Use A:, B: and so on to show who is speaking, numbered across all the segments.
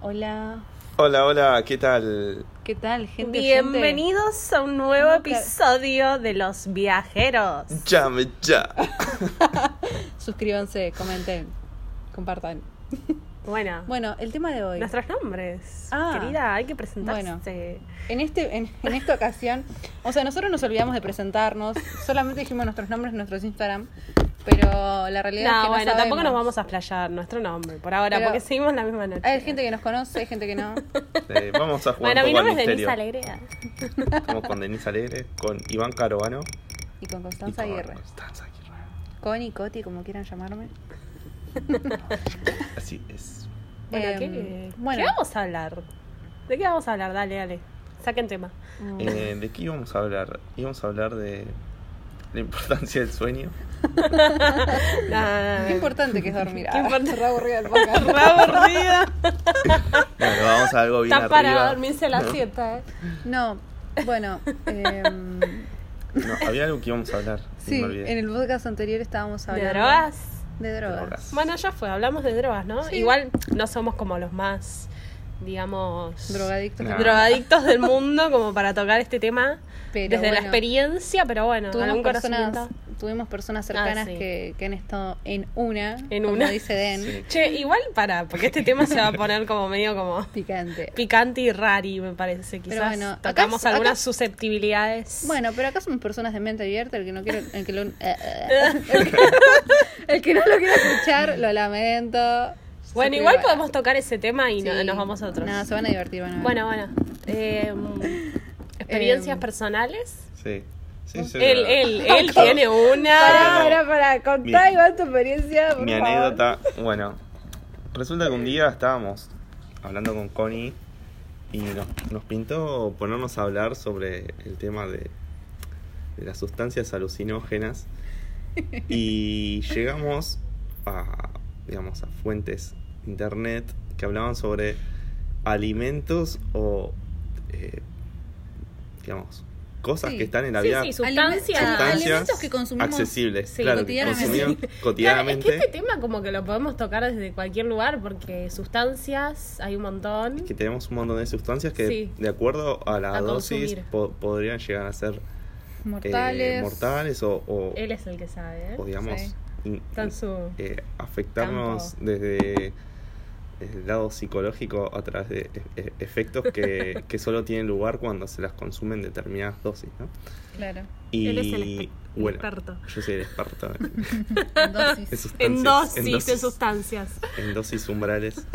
A: Hola,
B: Hola, hola, ¿qué tal?
A: ¿qué tal, gente? oyente?
C: Bienvenidos a un nuevo
A: Nunca-
C: episodio de Los Viajeros.
B: Llame ya.
A: Suscríbanse, comenten, compartan.
C: Ah. Bueno,
A: Bueno, el tema de hoy.
C: nuestros nombres.
A: Ah.
C: Querida, hay que presentarse.
A: En, este, en, en esta ocasión, o sea, nosotros nos olvidamos de presentarnos, solamente dijimos nuestros nombres, nuestros Instagram, pero la realidad es
C: No,
A: que
C: bueno,
A: no
C: tampoco nos vamos a explayar nuestro nombre por ahora,
A: Pero-
C: porque seguimos la misma noche.
A: Hay gente que nos conoce, hay gente que no.
B: Eh, vamos a jugar
C: Bueno,
B: un
C: mi
B: poco
C: nombre
B: al
C: es
B: misterio.
C: Denise Alegría.
B: Estamos con Denise Alegre, con Iván Carovano
A: Y con
B: y
A: Constanza
B: con
A: Aguirre.
B: Constanza Aguirre.
A: Connie, Coti, como quieran llamarme.
B: Así es.
C: Bueno,
A: Em,
C: ¿qué,
A: bueno.
C: ¿qué vamos a hablar? ¿De qué vamos a hablar? Dale, dale. Saquen tema.
A: Mm.
B: Eh, ¿De qué íbamos a hablar? Íbamos a hablar de la importancia del sueño.
C: La...
A: Qué importante que es dormir.
C: Qué importante.
A: Ah, re aburrida el podcast.
C: Re aburrida.
B: Bueno, vamos a algo bien
C: Está
B: arriba.
C: para dormirse la siesta, eh.
A: No, bueno, em,
B: No, había algo que íbamos a hablar.
A: sí,
B: me olvidé.
A: en el podcast anterior estábamos hablando
C: ¿De drogas?
A: De drogas.
B: Drogas.
C: Bueno, ya fue, hablamos de drogas, ¿no?
A: Sí.
C: Igual no somos como los más, digamos,
A: Drogadictos.
B: No.
C: drogadictos del mundo como para tocar este tema
A: Pero
C: desde la
A: bueno,
C: experiencia, pero bueno,
A: Tuvimos
C: algún
A: personas,
C: conocimiento.
A: tuvimos personas cercanas
C: Ah, sí.
A: que, que han estado en una,
C: En
A: como
C: una.
A: dice Den,
B: Sí.
C: Che, igual para, porque este tema se va a poner como medio como
A: picante.
C: picante y rari, me parece. Quizás
A: bueno, acá-
C: tocamos
A: acá-
C: algunas susceptibilidades.
A: Bueno, pero acá somos personas de mente abierta, el que no quiere, el que lo- eh, eh, el que- el que no lo quiera escuchar, lo lamento.
C: Bueno,
A: Se
C: igual
A: priva-
C: podemos tocar ese tema y no-
A: Sí.
C: nos vamos a otros.
A: No, se van a divertir, van a ver.
C: Bueno, bueno. eh, experiencias
A: Em.
C: personales.
B: Sí. Sí, sí,
C: Él,
B: drogas.
C: él, él tiene una.
A: Pará, pará, pará, contá
B: Mi-
A: Iván tu experiencia. por
B: Mi
A: favor.
B: anécdota, bueno, resulta que un día estábamos hablando con Connie y nos, nos pintó ponernos a hablar sobre el tema de, de las sustancias alucinógenas y llegamos a, digamos, a fuentes de internet que hablaban sobre alimentos o, eh, digamos, cosas
A: Sí.
B: que están en la
C: Sí,
B: vida
C: sí, sustancias.
A: Sustancias.
B: sustancias
A: Alimentos que consumimos
B: accesibles,
C: Sí,
B: claro, que
A: cotidianamente.
B: consumimos
C: Claro, es
B: cotidianamente.
C: que este tema como que lo podemos tocar desde cualquier lugar porque sustancias hay un montón.
B: que tenemos un montón de sustancias que
C: Sí.
B: de acuerdo a la
C: A
B: dosis
C: consumir.
B: po- podrían llegar a ser eh,
A: Mortales.
B: mortales o, o-
C: Él es el que sabe, ¿eh?
B: o, digamos
A: Sí.
B: in-
C: Está en su...
B: eh, afectarnos desde el lado psicológico a través de e- e- efectos que, que solo tienen lugar cuando se las consumen determinadas dosis, ¿no?
A: Claro.
B: Y
C: Él es el exper- el
B: bueno,
C: experto.
B: yo soy el experto en,
A: Dosis.
B: en
C: En
B: sustancias,
C: dosis, de sustancias.
B: en dosis umbrales.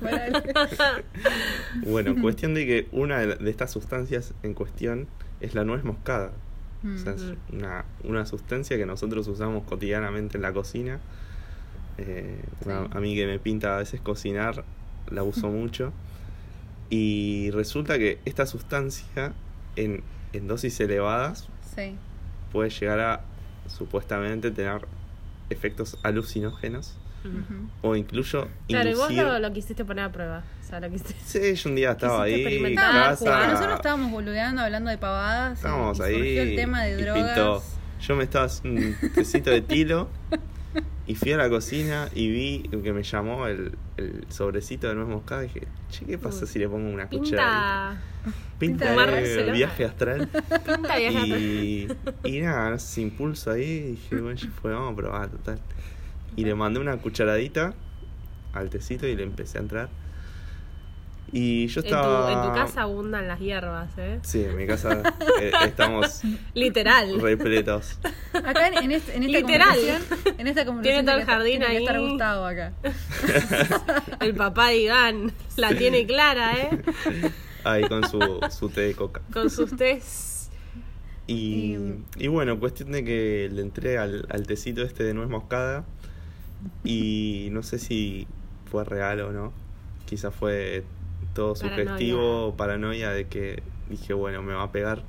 A: Morales.
B: Bueno, cuestión de que una de la- de estas sustancias en cuestión es la nuez moscada. O sea, es
C: Mm.
B: una, una sustancia que nosotros usamos cotidianamente en la cocina. Eh, una-
A: Sí.
B: A mí que me pinta a veces cocinar, la uso mucho. Y resulta que esta sustancia, en, en dosis elevadas,
A: Sí.
B: puede llegar a supuestamente tener efectos alucinógenos
A: Ujú.
B: o incluso
C: Claro, y vos
B: inducir-
C: lo, lo quisiste poner a prueba. O sea, lo quisiste...
B: Sí, yo un día estaba
C: Quisiste
B: ahí, en
C: experimentar,
B: casa,
C: jugar.
A: Ah, nosotros estábamos boludeando, hablando de pavadas. y-
B: Estábamos
A: y
B: ahí.
A: Surgió el tema de
B: y
A: drogas.
B: pintó. Yo me estaba haciendo un tecito de tilo y fui a la cocina y vi que me llamó el, el sobrecito de nuez moscada y dije, che, ¿qué pasa
C: Uy,
B: si le pongo una cuchara?
C: Pinta...
B: Pinta,
C: Pinta
B: de
C: Barcelona.
B: viaje astral.
C: Pinta viajar.
B: Y, y nada, no sé, ese impulso ahí y dije, bueno, ya fue, vamos a probar, total. Y le mandé una cucharadita al tecito y le empecé a entrar. Y yo
C: En, tu,
B: estaba...
C: en tu casa abundan las hierbas, ¿eh?
B: Sí, en mi casa eh, estamos
C: Literal.
B: repletos.
A: Acá en, en este- en esta
C: Literal.
A: conversación. En esta conversación.
C: Tiene todo el
A: que estar-
C: jardín
A: tiene que
C: ahí.
A: estar Gustavo acá.
C: El papá de Iván la tiene clara, ¿eh?
B: Ahí con su, su té de coca.
C: Con sus test.
B: Y, y bueno, cuestión de que le entré al, al tecito este de nuez moscada. Y no sé si fue real o no. Quizás fue todo
C: Paranoia.
B: sugestivo, paranoia de que dije, bueno, me va a pegar.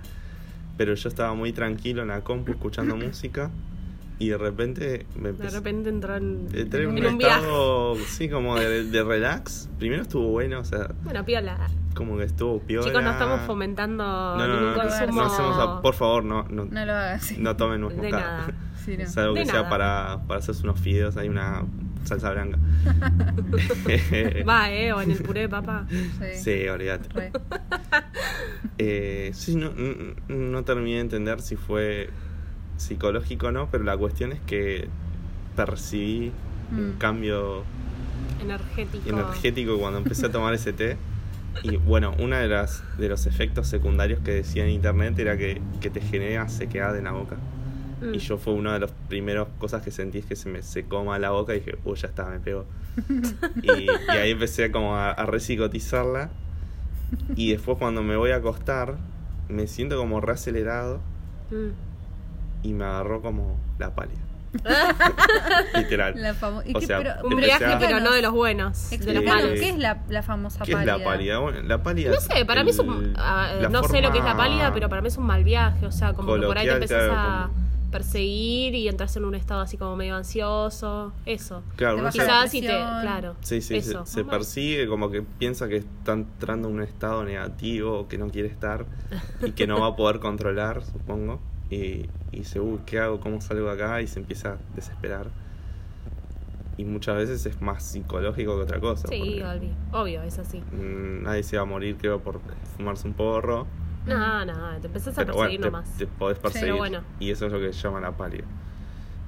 B: Pero yo estaba muy tranquilo en la compu escuchando música. Y de repente me
C: De
B: empecé,
C: repente entró en,
B: entré en un
C: en un viaje.
B: estado, sí, como de, de relax. Primero estuvo bueno, o sea,
C: Bueno, piola.
B: como que estuvo piola.
C: Chicos, no estamos fomentando
B: No, no,
C: ningún
B: no, no,
A: consumo
B: no hacemos a- por favor, no, no,
A: No lo hagas. sí.
B: no tomen nuez
C: de
B: moscada.
C: nada.
A: Sí, no.
B: Salvo
C: De
B: que sea
C: nada.
B: para, para hacerse unos fideos, hay una salsa blanca.
C: Va, eh, o en el puré de papa.
B: Sí, olvídate.
A: Re.
B: Eh, sí, no, n- no terminé de entender si fue psicológico o no, pero la cuestión es que percibí un
A: Mm.
B: cambio
C: Energético.
B: energético cuando empecé a tomar ese té. Y bueno, uno de, las, de los efectos secundarios que decía en internet era que, que te genera sequedad en la boca.
C: Mm.
B: Y yo fue una de las primeras cosas que sentí es que se me secó mal la boca y dije, uy, ya está, me pegó. y, y ahí empecé como a, a resicotizarla. Y después cuando me voy a acostar, me siento como reacelerado
C: Mm.
B: y me agarró como la pálida. Literal.
A: La famo- ¿Y
B: O
A: qué-
B: sea,
A: pero- um,
C: Un
B: Empecé
C: breaje,
B: a-
C: pero no de los buenos. De los
A: Explícanos,
B: malos.
A: ¿qué es la, la famosa
B: ¿Qué
A: pálida?
B: es la pálida? Bueno, la pálida...
C: No sé, para mí es un.
B: el-
C: ah, eh,
B: la
C: no sé lo que es la
B: forma-
C: pálida, pero para mí es un mal viaje. O sea, como que por ahí te
B: Coloquial,
C: empezás
B: claro,
C: a perseguir y entras en un estado así como medio ansioso. Eso.
B: Claro,
A: Te
B: uno
A: baja
B: se-
A: la
C: Quizás si te.
A: presión.
C: Claro.
B: Sí, sí, se-
C: eso.
B: se, persigue como que piensa que está entrando en un estado negativo, que no quiere estar y que no va a poder controlar, supongo. Y, y dice, "Uy, ¿qué hago? ¿Cómo salgo de acá? Y se empieza a desesperar. Y muchas veces es más psicológico que otra cosa.
C: Sí,
B: porque,
C: obvio. Obvio, es así.
B: mm, Nadie se va a morir, creo, por fumarse un porro.
C: No, no, te empezás a
B: Pero
C: perseguir
B: bueno, te-
C: nomás.
B: te, podés perseguir.
C: bueno.
B: Y eso es lo que llama la pálida.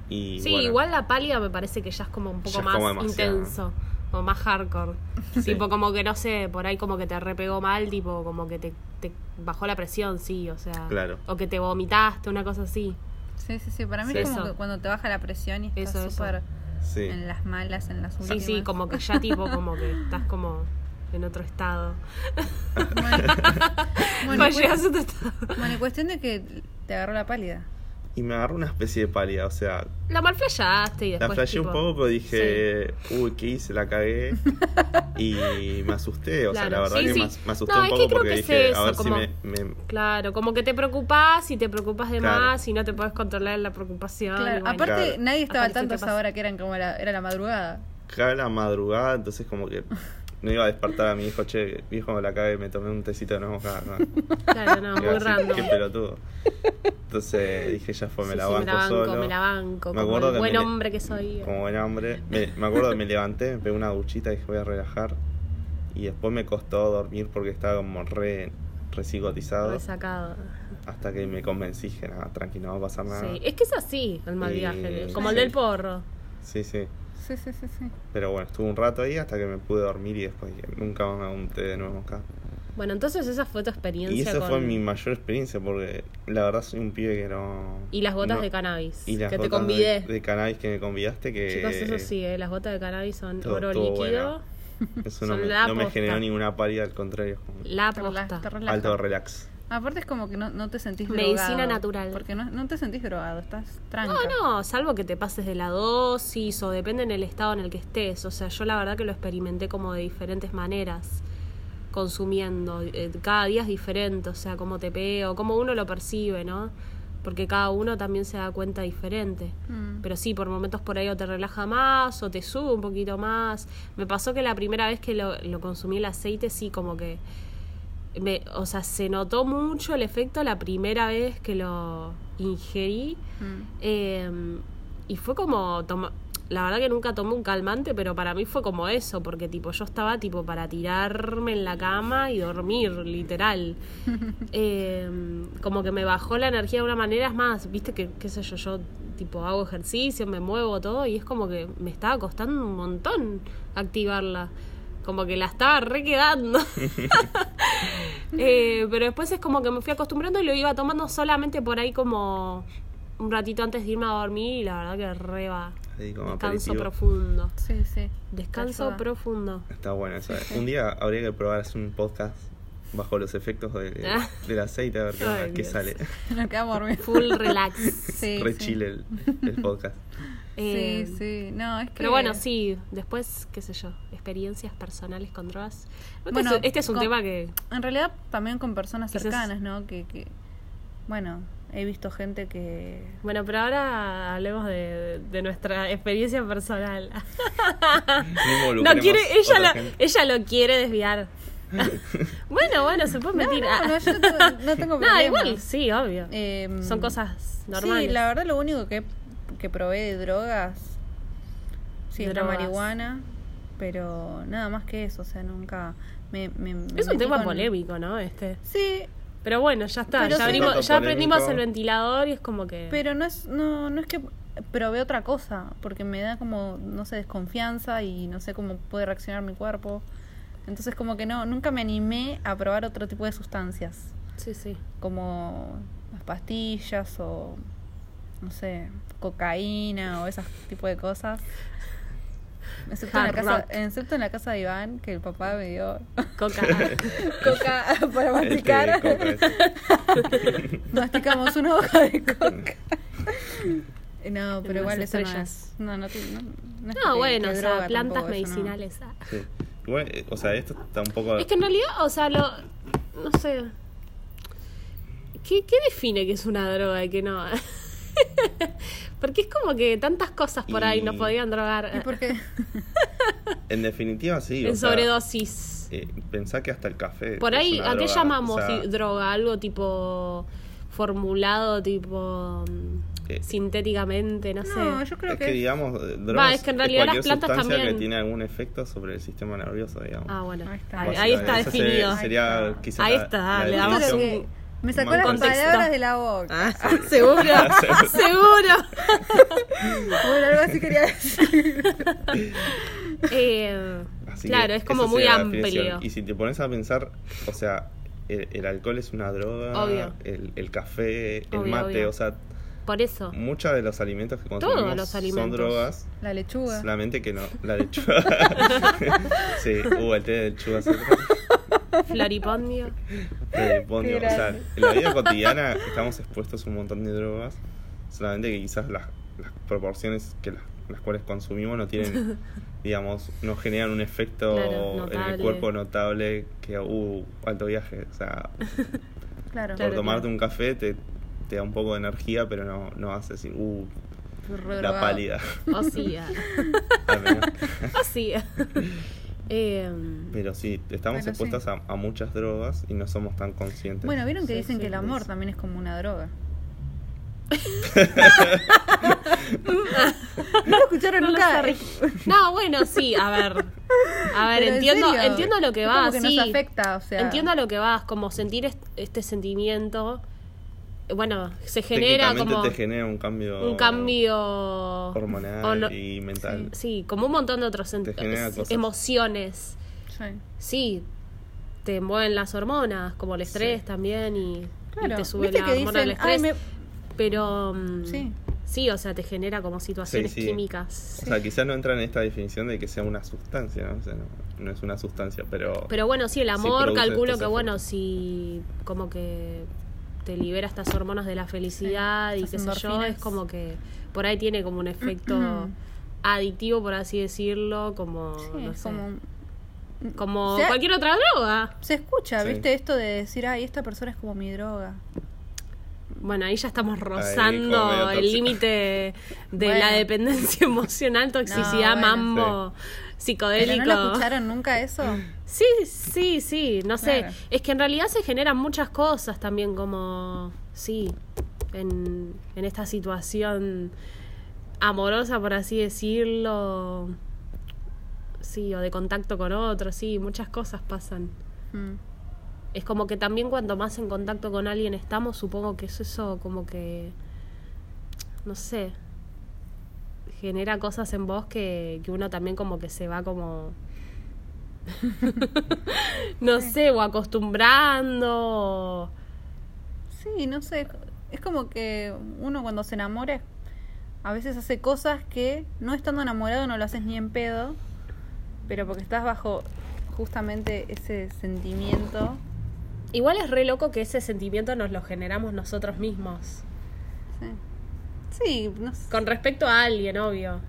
B: Y
C: Sí,
B: bueno,
C: igual la pálida me parece que ya es como un
B: Ya
C: poco
B: es
C: más
B: como demasiado.
C: intenso o más hardcore.
B: Sí.
C: Tipo, como que no sé, por ahí como que te repegó mal, tipo, como que te, te bajó la presión, sí, o sea.
B: Claro.
C: O que te vomitaste, una cosa así.
A: Sí, sí, sí. Para mí
C: Sí.
A: es como
C: Eso.
A: que cuando te baja la presión y
C: Eso,
A: estás
C: eso.
A: súper
B: Sí.
A: en las malas, en las
C: Sí,
A: últimas.
C: sí, como que ya, tipo, como que estás como en otro estado.
A: Bueno, bueno,
C: Cuando
A: cu-
C: llegas a otro estado.
A: bueno, cuestión de que te agarró la pálida.
B: Y me agarró una especie de pálida, o sea,
C: La mal flasheaste y después.
B: la flasheé un
C: tipo,
B: poco, dije, uy, ¿qué hice? La cagué. Y me asusté, o sea, la
C: Claro,
B: verdad
C: sí,
B: que
C: sí.
B: Me, as- me asusté
C: No,
B: un
C: es que
B: poco
C: creo
B: porque
C: que es
B: dije,
C: eso,
B: a ver
C: como-
B: si me. me-
C: Claro, como que te preocupás y te preocupás de
B: Claro.
C: más y no te podés controlar en la preocupación. y
A: Claro,
C: bueno.
A: aparte
B: Claro.
A: nadie estaba al
C: Apareció,
A: tanto a
C: ¿qué
A: esa
C: pasa?
A: hora que eran como la, era la madrugada.
B: cae la madrugada, entonces como que no iba a despertar a mi hijo, che, viejo, la cagué, me tomé un tecito de nuevo. ja, ja.
C: Claro, no,
B: Iba a
C: muy
B: decir,
C: random.
B: Qué pelotudo. Entonces dije, ya fue, Pues me
C: Sí,
B: la
C: sí,
B: banco
C: me la banco,
B: solo.
C: me la banco,
B: Me
C: como
B: acuerdo
C: el
B: que
C: buen
B: me-
C: hombre que soy.
B: Como buen hambre. Me, me acuerdo que me levanté, me pegué una duchita y dije voy a relajar. Y después me costó dormir porque estaba como re, re psicotizado.
C: Resacado.
B: Hasta que me convencí, dije, nada, tranqui, no va a pasar nada.
C: Sí, es que es así el mal
B: Eh,
C: viaje, como el
B: Ah. sí.
C: del porro.
B: Sí, sí.
A: Sí, sí, sí, sí.
B: Pero bueno, estuve un rato ahí hasta que me pude dormir y después dije, nunca más me hago un té de nuevo acá.
C: Bueno, entonces esa fue tu experiencia.
B: Y esa
C: con-
B: fue mi mayor experiencia porque la verdad soy un pibe que no...
C: Y las gotas
B: no-
C: de cannabis,
B: y las
C: que te
B: gotas de-
C: convidé.
B: De, cannabis que me convidaste que...
C: Chicos, eso sí, eh, las gotas de cannabis son
B: Todo-
C: oro
B: todo
C: líquido.
B: bueno. Eso no
C: Son
B: me,
C: la
B: no me
C: posta.
B: generó ninguna pálida, al contrario. es como
C: La
A: Te rela- te
C: posta.
A: relaja.
B: Alto relax.
A: Aparte es como que no, no te sentís drogado.
C: Medicina natural.
A: Porque no, no te sentís drogado, estás tranca.
C: No, no, salvo que te pases de la dosis o depende en el estado en el que estés. O sea, yo la verdad que lo experimenté como de diferentes maneras, consumiendo. Eh, Cada día es diferente, o sea, cómo te pego, cómo uno lo percibe, ¿no? Porque cada uno también se da cuenta diferente.
A: Mm.
C: Pero sí, por momentos por ahí o te relaja más o te sube un poquito más. Me pasó que la primera vez que lo, lo consumí el aceite, sí, como que... Me, o sea, se notó mucho el efecto la primera vez que lo ingerí.
A: Mm.
C: Eh, y fue como toma- la verdad que nunca tomé un calmante, pero para mí fue como eso, porque tipo yo estaba tipo para tirarme en la cama y dormir, literal. Eh, como que me bajó la energía de una manera, es más, viste que, qué sé yo, yo tipo hago ejercicio, me muevo todo y es como que me estaba costando un montón activarla. Como que la estaba re quedando. Eh, pero después es como que me fui acostumbrando y lo iba tomando solamente por ahí como un ratito antes de irme a dormir y la verdad que reba.
B: Ahí como
C: Descanso
B: aperitivo.
C: profundo.
A: Sí, sí. Te
C: Descanso
A: ayuda.
C: profundo.
B: Está bueno eso. eh. Un día habría que probar hacer un podcast bajo los efectos de-
C: Ah.
B: del aceite a ver qué, onda,
C: Ay,
B: qué
C: Dios.
B: sale.
A: Nos quedamos dormidos.
C: Full relax.
A: Sí,
B: Re
A: sí.
B: chile el, el podcast.
C: Eh,
A: Sí, sí. No, es que...
C: Pero bueno, sí, después, qué sé yo, experiencias personales con drogas. Este
A: Bueno,
C: es- este es un
A: con-
C: tema que...
A: En realidad también con personas
C: Quizás-
A: cercanas, ¿no? Que, que... Bueno, he visto gente que...
C: Bueno, pero ahora hablemos de, de nuestra experiencia personal. No quiere, ella, la- ella lo quiere desviar. bueno, bueno, se puede meter.
A: No, no,
C: Ah.
A: yo no tengo, no tengo
C: No,
A: problema.
C: igual, sí, obvio.
A: Em,
C: Son cosas normales.
A: Sí, la verdad lo único que, que probé de drogas, sí, entra
C: drogas.
A: marihuana, pero nada más que eso, o sea, nunca me... me- me
C: Es un
A: metí
C: tema
A: con-
C: polémico, ¿no? Este.
A: Sí,
C: Pero bueno, ya está.
A: Pero
C: ya
A: sí.
C: abrimos-
B: Tanto
C: ya aprendimos
B: polémico.
C: el ventilador y es como que.
A: pero no es, no, no es que probé otra cosa, porque me da como, no sé, desconfianza y no sé cómo puede reaccionar mi cuerpo. Entonces como que no, nunca me animé a probar otro tipo de sustancias,
C: Sí, sí.
A: como las pastillas o, no sé, cocaína o esas tipo de cosas. Excepto en, la
C: Hard
A: casa,
C: rock.
A: excepto en la casa de Iván, que el papá me dio
C: Coca.
A: coca para
B: Este,
A: masticar.
B: compra-
A: Masticamos una hoja de coca. No,
C: Unas
A: pero igual eso no
C: estrellas.
A: es. No, no, te- no, no es que
C: No,
A: te-
C: bueno,
A: te
C: o
A: droga
C: sea, plantas
A: tampoco, eso no.
C: medicinales. ah.
B: sí. Igual, eh, o sea, esto está un poco...
C: Es que en realidad, o sea, lo. No sé. ¿Qué, qué define que es una droga y que no? Porque es como que tantas cosas por ahí nos
B: Y-
C: podían drogar.
A: ¿Y por qué?
B: En definitiva, sí. o
C: en
B: sea,
C: sobredosis.
B: eh, pensá que hasta el café...
C: por
B: es
C: ahí,
B: una
C: ¿a qué
B: droga,
C: llamamos
B: o sea,
C: di- droga? Algo tipo. formulado, tipo. mm,
B: Eh.
C: sintéticamente, no,
A: No,
C: sé.
A: yo creo
B: es
A: que.
B: que, digamos, eh, drogas
C: Va, es que en realidad las
B: cualquier
C: plantas
B: sustancia
C: también.
B: que tiene algún efecto sobre el sistema nervioso, digamos.
C: Ah, bueno.
A: Ahí
C: Ahí
A: está.
C: ahí está,
B: Básicamente, esa
C: definido.
B: se- Sería quizá
C: Ahí
B: la-
C: está,
B: la
C: le
A: Claro
C: damos
B: definición.
A: que me sacó
B: Un
A: las
B: contexto.
A: palabras de la boca.
C: Ah, seguro, seguro.
A: Bueno, algo así quería decir.
C: Eh,
B: Así que
C: claro, es como
B: esa
C: muy
B: sería la definición.
C: amplio.
B: Y si te pones a pensar, o sea, el, el alcohol es una droga,
C: Obvio.
B: El, el café,
C: Obvio,
B: el mate,
C: obvio.
B: o sea,
C: Por eso.
B: muchos de los alimentos que
C: Todos
B: consumimos
C: los
B: son
C: alimentos.
B: drogas.
A: La lechuga.
B: Solamente que no, la lechuga. sí, uh, el té de lechuga. ¿sí? Mm.
C: Floripondio.
B: Eh, ponio, o
A: Qué
B: sea,
A: grande.
B: en la vida cotidiana estamos expuestos a un montón de drogas, solamente que quizás las, las proporciones que las, las cuales consumimos no tienen, digamos, no generan un efecto
C: Claro,
B: en el
C: notable.
B: cuerpo notable que, uh, alto viaje. O sea,
A: Claro.
C: Claro.
B: por tomarte un café te, te da un poco de energía, pero no, no hace decir, uh, la
A: Redrogado.
B: pálida.
C: O sea.
B: Al menos.
C: O sea. Eh,
B: pero sí,
A: Bueno,
B: estamos
A: sí.
B: expuestos a, a muchas drogas y no somos tan conscientes.
A: Bueno, vieron que
C: Sí,
A: dicen
C: sí,
A: que el amor
B: sí.
A: también es como una droga. no lo escucharon
C: No lo
A: nunca.
C: sé. no, bueno, sí, a ver. A ver,
A: Pero en
C: entiendo,
A: serio,
C: entiendo lo que
A: es
C: vas.
A: Como que nos
C: sí.
A: afecta, o sea.
C: Entiendo a lo que vas, como sentir est- este sentimiento. eh, Bueno, se genera
B: Técnicamente
C: como
B: te genera un cambio
C: un cambio
B: hormonal
C: o no-
B: y mental.
C: Sí, como un montón de otros sent-
B: Te genera
C: eh,
B: cosas.
C: emociones.
A: Sí.
C: Sí, te mueven las hormonas, como el estrés
B: Sí.
C: también y, y
A: Claro.
C: te sube
A: ¿Viste
C: la
A: que
C: hormona del
A: dicen, "Ay,
C: estrés. Pero mm,
A: Sí.
C: sí. o sea, te genera como situaciones
B: Sí, sí.
C: químicas.
B: O sea, quizás no entra en esta definición de que sea una sustancia, ¿no? O sea, no, no es una sustancia, pero,
C: Pero bueno, sí, el
B: Sí,
C: amor,
B: produce
C: calculo
B: estos
C: que bueno,
B: efectos.
C: si como que te libera estas hormonas de la felicidad
A: Sí,
C: y qué
A: estas
C: sé yo,
A: endorfinas.
C: es como que por ahí tiene como un efecto adictivo, por así decirlo, como,
A: Sí,
C: no
A: es
C: sé,
A: como.
C: como,
A: O sea,
C: cualquier otra droga.
A: Se escucha,
B: Sí.
A: ¿viste? Esto de decir, ay, esta persona es como mi droga.
C: Bueno, ahí ya estamos
B: como medio
C: rozando
B: tóxico.
C: el límite de
A: Bueno.
C: la dependencia emocional, toxicidad,
A: bueno.
C: mambo,
A: ¿Pero
C: psicodélico.
A: no lo escucharon nunca eso?
C: Sí, sí, sí, no sé.
A: Claro.
C: Es que en realidad se generan muchas cosas también como, sí, en, en esta situación amorosa, por así decirlo. Sí, o de contacto con otro, sí, muchas cosas pasan.
A: Mm.
C: Es como que también cuanto más en contacto con alguien estamos, supongo que eso, eso como que, no sé, genera cosas en vos que, que uno también como que se va como, no sé, o acostumbrando. o-
A: Sí, no sé. Es como que uno cuando se enamora a veces hace cosas que no estando enamorado no lo haces ni en pedo, pero porque estás bajo justamente ese sentimiento.
C: Igual es re loco que ese sentimiento nos lo generamos nosotros mismos.
A: Sí, sí no sé.
C: Con respecto a alguien, obvio.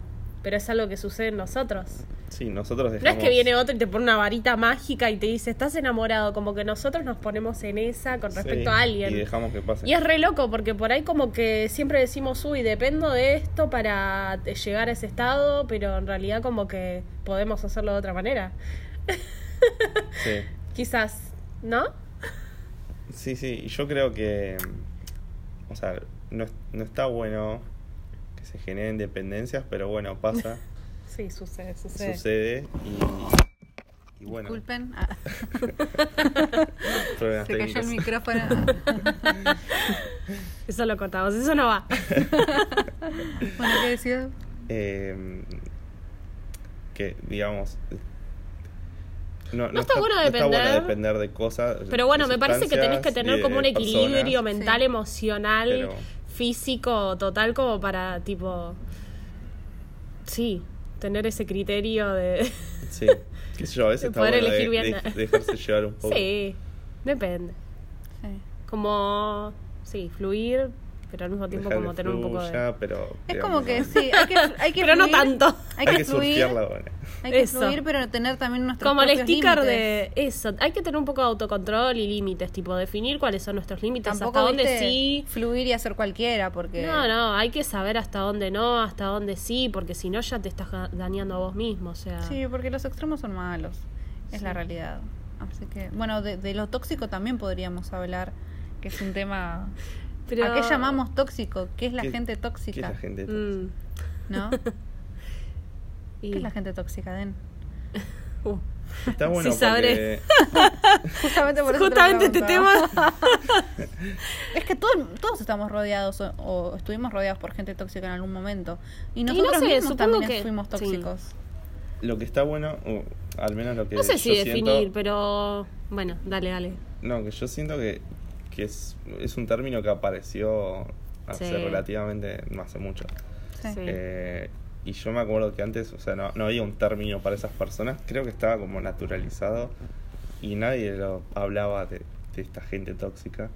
C: Pero es algo que sucede en nosotros.
B: sí, nosotros
C: No
B: dejamos...
C: es que viene otro y te pone una varita mágica y te dice, estás enamorado, como que nosotros nos ponemos en esa con respecto
B: Sí,
C: a
B: Y
C: alguien.
B: dejamos que pase.
C: Y es re loco, porque por ahí como que siempre decimos, uy, dependo de esto para te- llegar a ese estado, pero en realidad como que podemos hacerlo de otra manera.
B: Sí.
C: Quizás, ¿no?
B: sí, sí, y yo creo que, o sea, no, es- no está bueno que se generen dependencias, pero bueno, pasa.
A: Sí, sucede, sucede.
B: Sucede y, y bueno.
A: Disculpen. Ah, se
B: problemas
A: cayó el
B: técnicos.
A: micrófono.
C: Eso lo cortamos, eso no va.
A: bueno, ¿qué decías?
B: Eh, que, digamos. No, no
C: está bueno depender.
B: depender de cosas.
C: Pero bueno,
B: de
C: me parece que tenés que
B: sustancias y
C: tener
B: de
C: como un
B: personas.
C: equilibrio mental,
A: Sí.
C: emocional,
B: Pero-
C: físico, total, como para tipo. Sí, tener ese criterio de.
B: Sí, qué sé yo, a veces
C: De
B: está
C: poder
B: bueno de-
C: elegir bien.
B: de- dejarse llevar un poco.
C: sí, depende.
A: Sí.
C: Como. Sí, fluir, pero al mismo tiempo
B: Dejar
C: como
B: que
C: tener un poco de.
B: fluya, pero,
A: Es
B: digamos,
A: como que
B: no-
A: sí, hay que, hay que
C: Pero no
A: fluir,
C: tanto.
A: Hay que, fluir,
B: surfearla ahora.
A: hay que
C: Eso.
A: fluir, pero tener también nuestros
C: Como el
A: propios
C: sticker
A: límites.
C: de eso, hay que tener un poco de autocontrol y límites, tipo definir cuáles son nuestros límites,
A: Tampoco
C: hasta dónde
A: viste,
C: sí,
A: fluir y hacer cualquiera, porque
C: No, no, hay que saber hasta dónde no, hasta dónde sí, porque si no ya te estás ga- dañando a vos mismo, o sea.
A: Sí, porque los extremos son malos, es la realidad. Así que, bueno, de, de lo tóxico también podríamos hablar, que es un tema...
C: Pero-
A: ¿A qué llamamos tóxico? ¿Qué es la
B: ¿Qué-
A: gente
B: ¿Qué es
A: tóxica?
B: la gente?
C: Mm,
A: ¿No?
C: y-
A: ¿Qué es la gente tóxica, Den?
C: Uh,
B: Está bueno
C: Sí, sabré.
B: porque
A: Justamente por eso te lo
C: Justamente este
A: preguntaba.
C: tema.
A: Es que todo- todos estamos rodeados o, o estuvimos rodeados por gente tóxica en algún momento. Y
C: no
A: nosotros
C: sé,
A: mismos
C: supongo
A: también
C: que-
A: fuimos
C: sí.
A: tóxicos.
B: lo que está bueno, o al menos lo que
C: No sé si
B: Eh, yo
C: definir,
B: siento,
C: pero bueno, dale, dale.
B: no, que yo siento que, que es, es un término que apareció hace
C: Sí.
B: relativamente, no hace mucho.
A: Sí.
C: Sí.
B: Eh, y yo me acuerdo que antes, o sea, no, no había un término para esas personas, creo que estaba como naturalizado y nadie lo hablaba de, de esta gente tóxica.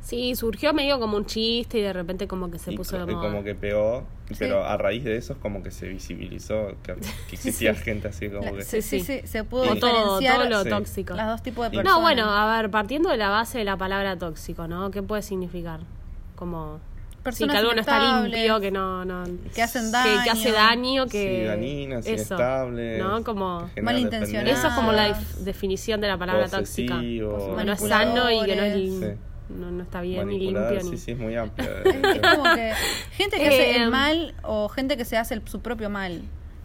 C: Sí, surgió medio como un chiste y de repente como que se
B: y
C: puso
B: co-
C: de
B: y
C: moda.
B: como que pegó,
A: Sí.
B: pero a raíz de eso es como que se visibilizó que, que existía gente así como
A: La-
B: que...
A: sí, sí,
C: Sí,
A: sí,
C: sí.
A: se pudo
C: Como todo,
A: diferenciar
C: todo lo
B: Sí.
C: tóxico.
A: las dos tipos de
B: No,
A: personas.
C: No, bueno, ah, a ver, partiendo de la base de la palabra tóxico, ¿no? ¿Qué puede significar? Como sí,
A: Personas
C: que algo no está
A: inestables,
C: limpio, que no, no
A: que hacen daño.
C: que, que hace daño, que.
B: Sí, daninas,
C: eso,
B: inestables.
C: ¿No? Como.
B: que generan
A: Malintencionadas.
B: dependencia,
C: Eso es como la def- definición de la palabra tóxica.
B: Posesivos,
C: Que no es
A: Manipuladores.
C: sano y que no, es,
B: Sí.
C: no, no está bien ni limpio.
B: manipuladas,
C: Ni...
B: sí, sí, es muy amplio.
A: Es como que gente que hace el
C: Em.
A: mal o gente que se hace el- su propio mal,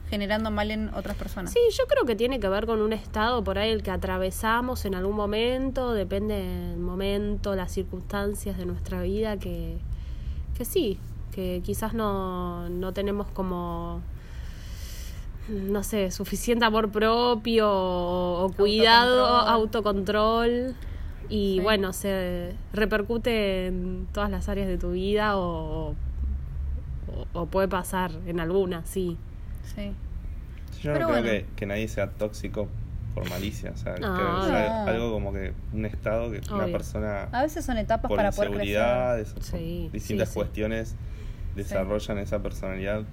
A: generando mal en otras personas.
C: Sí, yo creo que tiene que ver con un estado por ahí el que atravesamos en algún momento, depende del momento, las circunstancias de nuestra vida, que, que sí, que quizás no, no tenemos como, no sé, suficiente amor propio o, o cuidado, autocontrol. Y
A: Sí.
C: bueno, se repercute en todas las áreas de tu vida o, o- o puede pasar en alguna, sí.
A: Sí.
B: Yo
A: Pero
B: no creo
A: bueno.
B: que, que nadie sea tóxico por malicia. O sea,
C: No.
B: creo que es al-
A: No.
B: algo como que un estado que una
C: Ah. Obvio.
A: A
B: persona
A: veces son etapas
B: por
A: para poder crecer.
B: inseguridades, o por
C: Sí,
B: distintas
C: sí, sí.
B: cuestiones, desarrollan esa personalidad.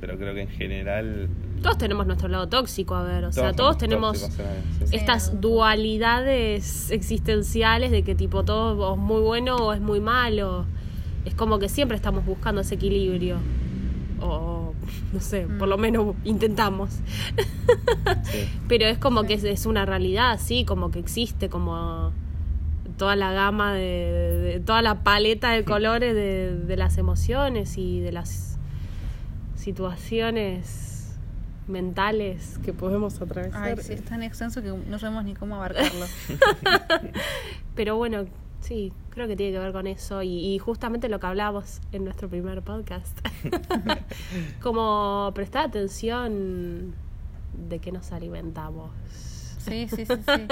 B: Pero creo que en general.
C: Todos tenemos nuestro lado tóxico, a ver, o sea,
B: somos
C: todos tenemos
B: tóxicos en algo, sí.
A: Sí.
C: estas dualidades existenciales de que tipo todo o es muy bueno o es muy malo. Es como que siempre estamos buscando ese equilibrio. O no sé, por
B: Mm.
C: lo menos intentamos.
B: Sí.
C: Pero es como que es, es una realidad, sí, como que existe como toda la gama de, de- toda la paleta de colores de, de las emociones y de las situaciones mentales que podemos atravesar.
A: Ay, sí, es tan extenso que no sabemos ni cómo abarcarlo.
C: Pero bueno, sí, creo que tiene que ver con eso y, y justamente lo que hablábamos en nuestro primer podcast. como prestar atención de qué nos alimentamos.
A: Sí, sí, sí, sí.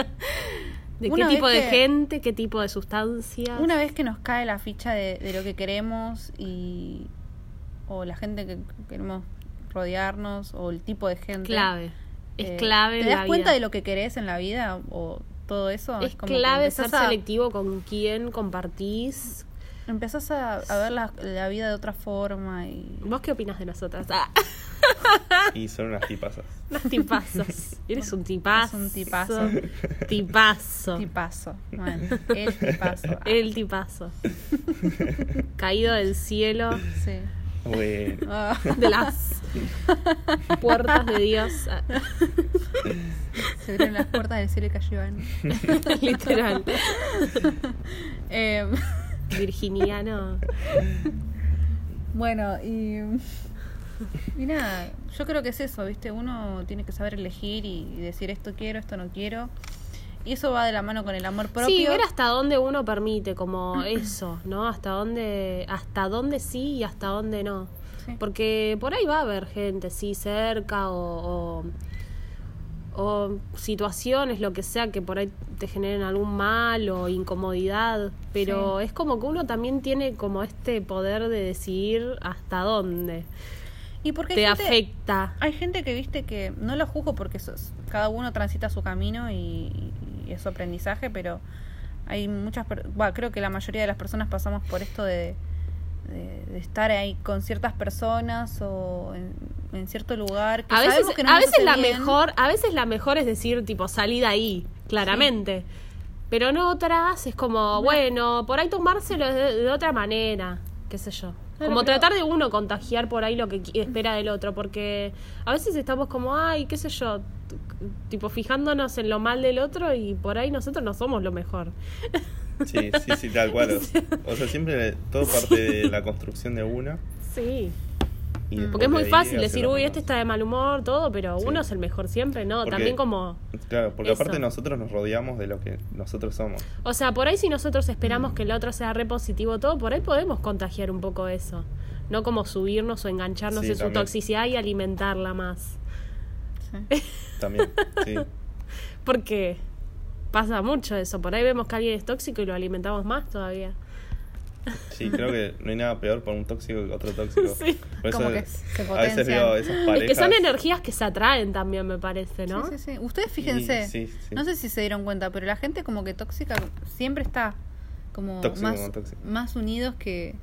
C: De
A: Una
C: qué tipo
A: vez
C: de
A: que-
C: gente, qué tipo de sustancias.
A: Una vez que nos cae la ficha de, de lo que queremos y o la gente que queremos rodearnos o el tipo de gente.
C: clave. Es
A: eh,
C: clave en
A: ¿Te das
C: la
A: cuenta
C: vida.
A: de lo que querés en la vida o todo eso?
C: Es
A: como que
C: clave ser
A: empezás a-
C: selectivo con quién compartís.
A: Empezás a, a ver la, la vida de otra forma y...
C: ¿Vos qué opinas de nosotras? Ah,
B: Y son unas tipazas.
C: unas tipazos. Eres un tipazo.
A: Es un tipazo.
C: Tipazo.
A: Tipazo. Bueno, el tipazo. Ah,
C: El tipazo. Caído del cielo,
A: Sí.
B: Bueno.
A: Ah,
C: de las puertas de Dios. Ah,
A: se abrieron las puertas del cielo y cayó Iván.
C: Literal.
A: Eh,
C: Virginiano.
A: bueno, y... Mira, yo creo que es eso, ¿viste? Uno tiene que saber elegir y, y decir esto quiero, esto no quiero. Y eso va de la mano con el amor propio.
C: Sí, ver hasta dónde uno permite, como eso, ¿no? Hasta dónde, hasta dónde sí y hasta dónde no.
A: Sí.
C: Porque por ahí va a haber gente, sí, cerca o, o, o situaciones, lo que sea, que por ahí te generen algún mal o incomodidad. Pero
A: Sí.
C: es como que uno también tiene como este poder de decidir hasta dónde
A: y porque hay gente-
C: te afecta.
A: Hay gente que viste que no lo juzgo porque eso es- cada uno transita su camino y, y es su aprendizaje, pero hay muchas, per- bah, creo que la mayoría de las personas pasamos por esto de, de- de estar ahí con ciertas personas o en, en cierto lugar. Que
C: A veces,
A: sabemos que no
C: a
A: nos
C: veces
A: hace
C: la
A: bien.
C: mejor, a veces la mejor es decir tipo salí de ahí, claramente. Pero en otras es como,
A: No.
C: bueno, por ahí tomárselo de, de otra manera, qué sé yo.
A: Claro,
C: como
A: pero-
C: tratar de uno contagiar por ahí lo que qui- espera del otro, porque a veces estamos como, ay, qué sé yo, t- tipo fijándonos en lo mal del otro y por ahí nosotros no somos lo mejor.
B: Sí, sí, sí, tal cual. O sea, siempre todo parte de la construcción de una.
C: Sí.
B: y
A: Mm.
C: Porque es
B: después
C: muy
B: de ahí
C: fácil
B: hacia
C: decir,
B: los
C: uy,
B: demás".
C: este está de mal humor, todo, pero
B: Sí.
C: uno es el mejor siempre, ¿no?
B: Porque-
C: También como...
B: Claro, porque
C: Eso.
B: aparte nosotros nos rodeamos de lo que nosotros somos.
C: O sea, por ahí si nosotros esperamos que el otro sea re positivo todo, por ahí podemos contagiar un poco eso. No como subirnos o engancharnos
B: Sí,
C: en su
B: también.
C: toxicidad y alimentarla más.
A: Sí.
B: También, sí.
C: Porque pasa mucho eso. Por ahí vemos que alguien es tóxico y lo alimentamos más todavía.
B: Sí, creo que no hay nada peor para un tóxico que otro tóxico.
C: Sí.
B: Por eso
A: Como que se
B: a veces veo
A: potencian.
B: esas
C: Es
B: parejas.
C: que son energías que se atraen también, me parece, ¿no?
A: Sí, sí, sí. Ustedes fíjense,
B: Sí, sí.
A: no sé si se dieron cuenta, pero la gente como que tóxica siempre está como
B: Tóxico,
A: más,
B: como tóxico.
A: más unidos que...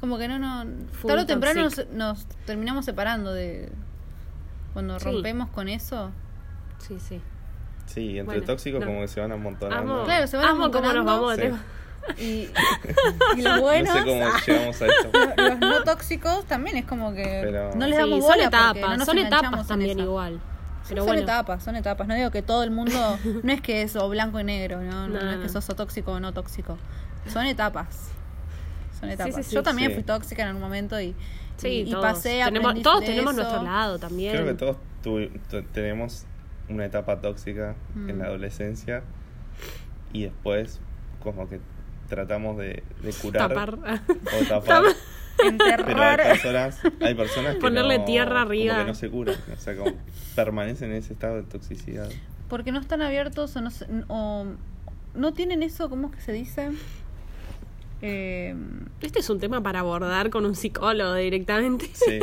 A: Como que no, no...
C: Full
A: tarde o temprano
C: toxic.
A: nos, nos terminamos separando de... Cuando
C: Sí.
A: rompemos con eso...
C: Sí, sí.
B: Sí, entre
C: Bueno,
B: tóxicos
C: no.
B: como que se van amontonando.
C: Amo,
A: Claro, se van
C: amo cómo nos
A: amontonando.
C: vamos de
B: Sí.
C: tema.
A: Y, y los buenos...
B: No sé cómo
A: ah,
B: llegamos a esto.
A: los no tóxicos también es como que
B: Pero-
A: no les
C: Sí,
A: damos
C: son
A: bola porque no
C: etapas,
A: nos
C: son
A: enganchamos
C: etapas
A: en
C: también
A: esa.
C: igual. Pero
A: son
C: bueno,
A: etapas, son etapas. No digo que todo el mundo. No es que es o blanco y negro, ¿no? No,
C: No,
A: no es
C: no.
A: que sos o tóxico o no tóxico. Son etapas. Son
C: Sí,
A: etapas.
C: sí, sí.
A: Yo también
B: Sí.
A: fui tóxica en algún momento y,
C: sí,
A: y, y
C: todos.
A: pasé a
C: tenemos, todos tenemos nuestro lado también.
B: Creo que todos tuvi- t- tenemos una etapa tóxica en
A: Mm.
B: la adolescencia y después como que tratamos de, de curar
C: Tapar.
B: o tapar. Pero hay
A: Enterrar.
B: personas, hay personas que
C: Ponerle
B: no-
C: tierra arriba.
B: como que no se curan, o sea, como permanecen en ese estado de toxicidad.
A: Porque no están abiertos o no, se- o no tienen eso, ¿cómo es que se dice? Eh,
C: Este es un tema para abordar con un psicólogo directamente,
B: Sí,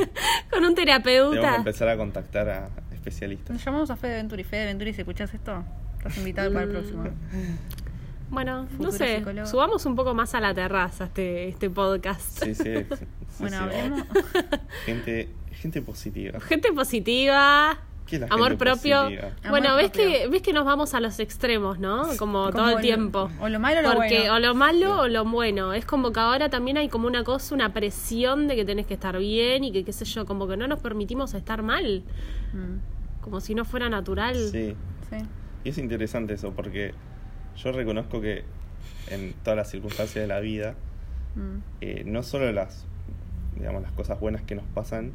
C: con
B: tenemos
C: un
B: que
C: terapeuta.
B: empezar a contactar a especialistas.
A: nos llamamos a Fede Venturi. Fede Venturi, si escuchas esto, estás invitado para el
C: Mm.
A: próximo.
C: Bueno, no
A: Futuro
C: sé,
A: psicólogo.
C: subamos un poco más a la terraza este, este podcast.
B: Sí, sí. sí,
A: Bueno,
B: sí.
A: hablemos.
B: Gente, gente positiva.
C: Gente positiva,
B: ¿Qué es la
C: amor
B: gente
C: propio.
B: positiva?
C: Bueno,
A: Amor
C: ves
A: propio.
C: que ves que nos vamos a los extremos, ¿no? Como, todo el
A: lo-
C: tiempo.
A: O lo malo o lo
C: Porque
A: bueno.
C: o lo malo
B: Sí.
C: o lo bueno. Es como que ahora también hay como una cosa, una presión de que tenés que estar bien y que qué sé yo, como que no nos permitimos estar mal,
A: Mm,
C: como si no fuera natural.
B: Sí.
A: sí.
B: Y es interesante eso, porque yo reconozco que en todas las circunstancias de la vida,
A: Mm.
B: eh, no solo las, digamos, las cosas buenas que nos pasan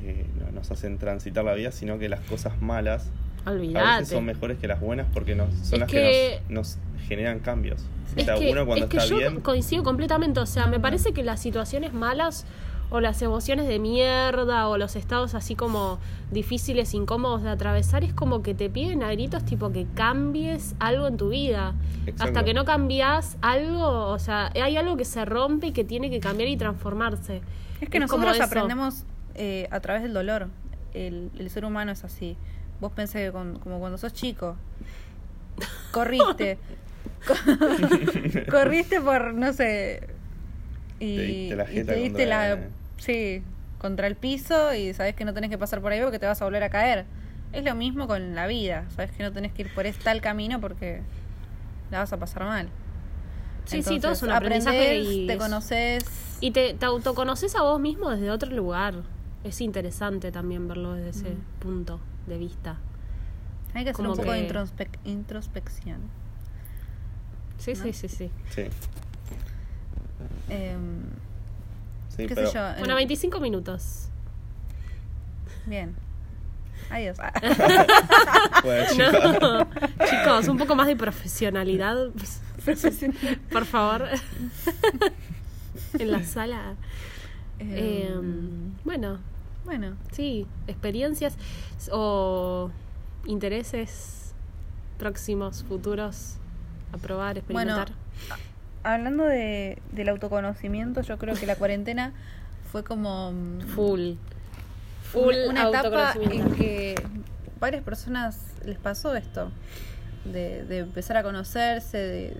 B: eh, no- nos hacen transitar la vida, sino que las cosas malas a
C: Olvídate.
B: veces son mejores que las buenas porque nos, son
C: Es
B: las
C: que-
B: que, nos, nos generan cambios. O
C: Es
B: sea,
C: que,
B: uno cuando
C: es que
B: está
C: yo
B: bien,
C: coincido completamente, o sea, me parece que las situaciones malas o las emociones de mierda o los estados así como difíciles, incómodos de atravesar, es como que te piden a gritos tipo que cambies algo en tu vida.
B: Exacto.
C: Hasta que no cambias algo, o sea, hay algo que se rompe y que tiene que cambiar y transformarse.
A: Es que
C: Es como
A: nosotros
C: eso.
A: aprendemos eh, a través del dolor. El, el ser humano es así. Vos pensé que con- como cuando sos chico, corriste. Co- corriste por, no sé. Y
B: Te diste la
A: y
B: jeta
A: te diste
B: contra-
A: la- Sí, contra el piso y sabes que no tenés que pasar por ahí porque te vas a volver a caer. Es lo mismo con la vida. Sabes que no tenés que ir por este tal camino porque la vas a pasar mal.
C: Sí, sí, todo es
A: Entonces,
C: un aprendizaje
A: aprendés,
C: y-
A: te conoces.
C: Y te, te autoconoces a vos mismo desde otro lugar. Es interesante también verlo desde ese punto de vista.
A: Hay que hacer
C: Como
A: un poco de
C: que-
A: introspec- introspección.
C: Sí, sí, sí, sí.
B: sí,
A: Eh,
B: sí,
A: ¿Qué Em,
B: pero
A: sé yo? eh,
C: Bueno, 25 minutos.
A: Bien. Adiós. Ah.
B: Bueno, chicos.
C: No. Chicos, un poco más de profesionalidad,
A: Profesional.
C: por favor. en la sala. Eh,
A: Em,
C: bueno,
A: bueno,
C: sí, experiencias o intereses próximos, futuros, a probar,
A: bueno.
C: experimentar.
A: a- Hablando de, del autoconocimiento, yo creo que la cuarentena fue como mm,
C: full. Full
A: una, una etapa en
C: autoconocimiento.
A: que varias personas les pasó esto, de, de empezar a conocerse, de,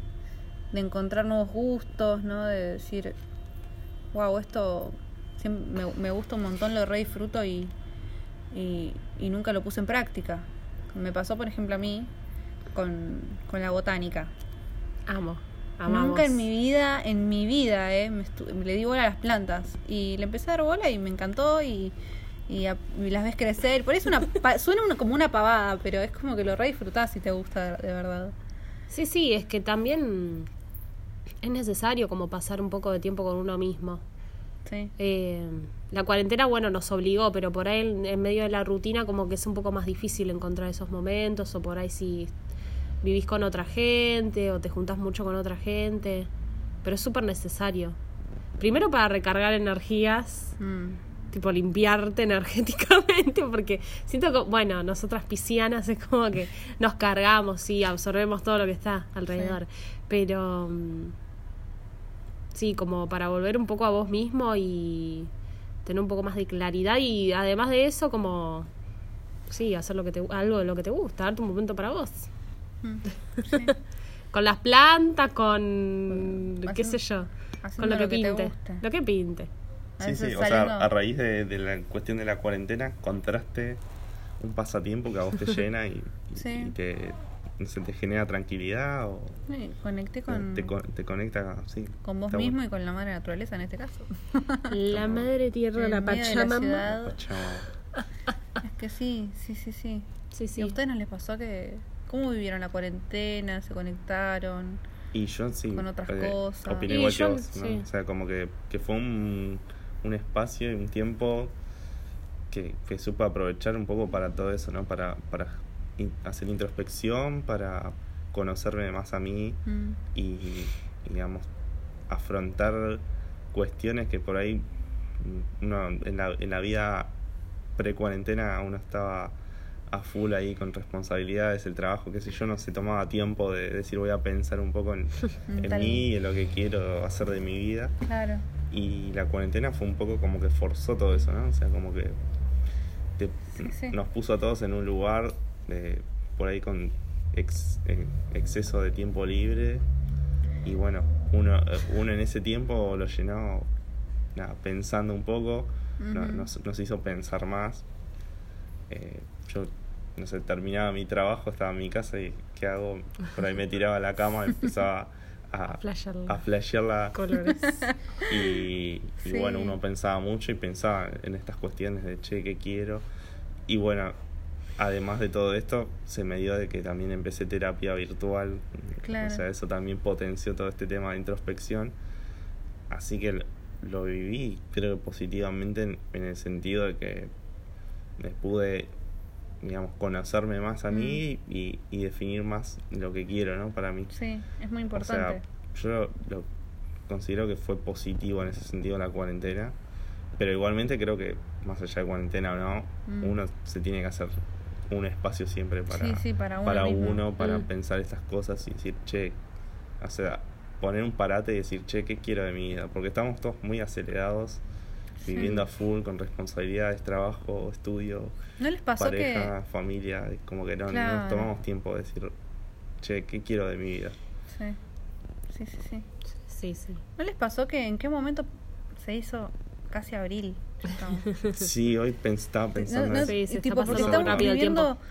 A: de encontrar nuevos gustos, ¿no? De decir, wow, esto siem- me, me gusta un montón, lo re disfruto y, y, y nunca lo puse en práctica. Me pasó, por ejemplo, a mí con, con la botánica.
C: Amo. Amamos.
A: Nunca en mi vida, en mi vida, eh, me estu- le di bola a las plantas. Y le empecé a dar bola y me encantó y, y a- y las ves crecer. Por eso una, pa- suena una- como una pavada, pero es como que lo re disfrutás si te gusta de, de verdad.
C: Sí, sí, es que también es necesario como pasar un poco de tiempo con uno mismo.
A: Sí.
C: Eh, la cuarentena, bueno, nos obligó, pero por ahí en, en medio de la rutina como que es un poco más difícil encontrar esos momentos, o por ahí si vivís con otra gente, o te juntás mucho con otra gente, pero es súper necesario. Primero para recargar energías,
A: Mm.
C: tipo limpiarte energéticamente, porque siento que, bueno, nosotras piscianas es como que nos cargamos y absorbemos todo lo que está alrededor. Pero mm, sí, como para volver un poco a vos mismo y tener un poco más de claridad y además de eso, como sí, hacer lo que te, algo de lo que te gusta, darte un momento para vos.
A: Mm.
C: Con las plantas, con
A: Bueno,
C: qué
A: haciendo-
C: sé yo,
A: haciendo
C: con lo que
A: lo que te
C: pinte,
A: guste.
C: lo que pinte.
A: A
B: Sí,
A: veces
B: sí, o sea,
A: saliendo-
B: a raíz de, de la cuestión de la cuarentena, contraste un pasatiempo que a vos te llena y, y-
A: Sí.
B: y te, no sé, te genera tranquilidad o
A: Sí, conecté con,
B: te, co- te conecta, sí.
A: con vos
B: está
A: mismo
B: bueno.
A: y con la madre naturaleza en este caso.
C: La madre tierra,
A: El
C: la
A: miedo de la ciudad.
C: pachamama.
A: y-
B: Pachamama.
A: es que sí, sí, sí, sí. ¿Y
C: Sí,
A: a
C: sí.
A: ustedes no les pasó que... ¿Cómo vivieron la cuarentena? ¿Se conectaron?
B: Y yo sí.
A: Con otras
B: eh,
A: cosas.
B: Opiné
C: Y
B: igual
C: yo,
B: que vos, ¿no?
C: sí.
B: O sea, como que, que fue un, un espacio y un tiempo que, que supe aprovechar un poco para todo eso, ¿no? Para, para in- hacer introspección, para conocerme más a mí
A: Mm.
B: y, y, digamos, afrontar cuestiones que por ahí mm, uno en la, en la vida pre-cuarentena uno estaba a full ahí con responsabilidades, el trabajo, qué sé yo, no se tomaba tiempo de decir voy a pensar un poco en, en
A: Tal-
B: mí, en lo que quiero hacer de mi vida.
A: Claro.
B: Y la cuarentena fue un poco como que forzó todo eso, ¿no? O sea, como que te-
A: Sí, sí.
B: nos puso a todos en un lugar eh, por ahí con ex- eh, exceso de tiempo libre. Y bueno, uno, eh, uno en ese tiempo lo llenó nada, pensando un poco, no-
A: Ujú.
B: nos, nos hizo pensar más. Eh, yo, no sé, terminaba mi trabajo, estaba en mi casa y ¿qué hago? Por ahí me tiraba a la cama, empezaba a,
C: Flashearla.
B: a flashear la,
C: colores.
B: y, y
A: Sí.
B: bueno, uno pensaba mucho y pensaba en estas cuestiones de che, ¿qué quiero? Y bueno, además de todo esto, se me dio de que también empecé terapia virtual.
A: Claro.
B: O sea, eso también potenció todo este tema de introspección. Así que lo- lo viví, creo que positivamente, en, en el sentido de que me pude digamos, conocerme más a mí
A: Mm.
B: y, y definir más lo que quiero, ¿no? Para mí.
A: Sí, es muy
B: O sea,
A: importante.
B: yo lo, lo considero que fue positivo en ese sentido la cuarentena, pero igualmente creo que más allá de cuarentena o no,
A: Mm.
B: uno se tiene que hacer un espacio siempre para,
A: Sí, sí, para uno mismo.
B: uno, para
C: Mm.
B: pensar estas cosas y decir, che, o sea, poner un parate y decir, che, ¿qué quiero de mi vida? Porque estamos todos muy acelerados,
A: Sí.
B: viviendo a full, con responsabilidades, trabajo, estudio,
A: ¿No les pasó
B: pareja, familia, es como que no, no
A: Claro.
B: nos tomamos tiempo de decir, che, ¿qué quiero de mi vida?
A: que.? Sí. sí, sí, sí.
C: Sí, sí.
A: ¿No les pasó que en qué momento se hizo casi abril? Ya estamos.
B: Sí, hoy pens- estaba
A: No,
B: pensando
A: no,
B: en
C: Sí,
B: eso.
C: se
A: y
C: está
A: tipo, porque
B: pasando muy
A: estamos
B: rápido
C: el
A: viviendo
C: tiempo.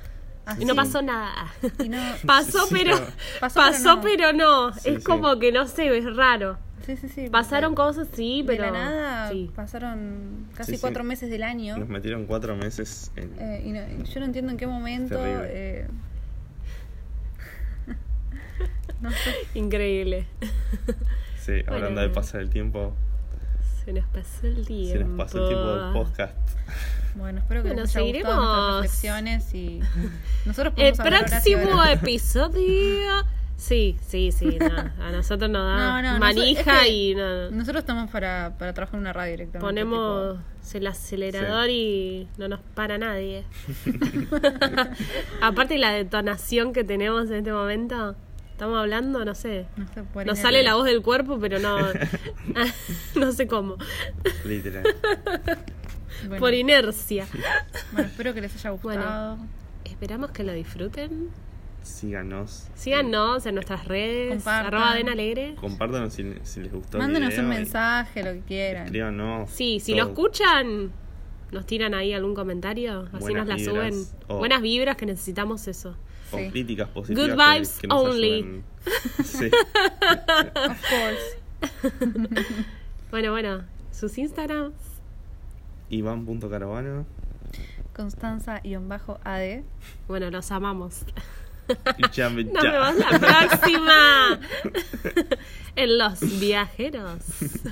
A: así,
C: Y no pasó nada.
A: y no-
C: Pasó,
B: Sí,
C: pero,
B: no.
A: Pasó,
C: pasó,
A: pero no.
C: pero no.
B: Sí,
C: es
B: sí.
C: como que no sé, es raro.
A: sí, sí, sí.
C: Pasaron cosas, sí,
A: de
C: pero.
A: la nada,
C: sí.
A: pasaron casi
B: Sí, sí.
A: cuatro meses del año.
B: Nos metieron cuatro meses en...
A: eh, y no- yo no entiendo en qué momento.
B: Terrible.
A: eh, no sé.
C: Increíble.
B: sí, hablando
C: bueno.
B: de pasar el tiempo,
C: Se nos pasó el tiempo.
B: se nos pasó el tiempo del podcast.
A: Bueno, espero que
C: Bueno,
A: les haya gustado
C: seguiremos.
A: nuestras reflexiones y nosotros
C: El
A: podemos hablar horas y
C: próximo
A: horas.
C: episodio. Sí, sí, sí. no, a nosotros nos da
A: No, no,
C: manija
A: nosotros- es que
C: y no,
A: Nosotros estamos para, para trabajar en una radio directamente.
C: ponemos el acelerador y no nos para nadie. Aparte la detonación que tenemos en este momento. Estamos hablando, no sé.
A: tipo, no sé, por ahí
C: Nos
A: en
C: sale
A: el-
C: la voz del cuerpo, pero no, no sé cómo.
B: Literal.
A: bueno,
C: Por inercia.
A: bueno, espero que les haya gustado.
C: Esperamos que lo disfruten.
B: Síganos.
C: Síganos en nuestras redes.
A: Compartan.
C: Arroba Den Alegre.
B: Compártanos si, si les gustó. el
A: Mándenos
B: video
A: un
B: y
A: mensaje, lo que quieran.
B: Escríbanos.
C: Sí, si
B: todo.
C: lo escuchan, nos tiran ahí algún comentario. Así
B: Buenas
C: nos la
B: vibras. oh.
C: suben.
B: O-
C: Buenas vibras que necesitamos eso.
B: Con
A: Sí.
B: críticas positivas.
C: Good
B: que-
C: vibes
B: que nos
C: only.
B: ayuden. Sí.
A: Of course.
C: Bueno, bueno. Sus Instagrams.
B: Iván.caravana.
A: Constanza-AD.
C: Bueno, los amamos.
B: Y ya me-
C: Nos
B: ya.
C: vemos la próxima. en los viajeros.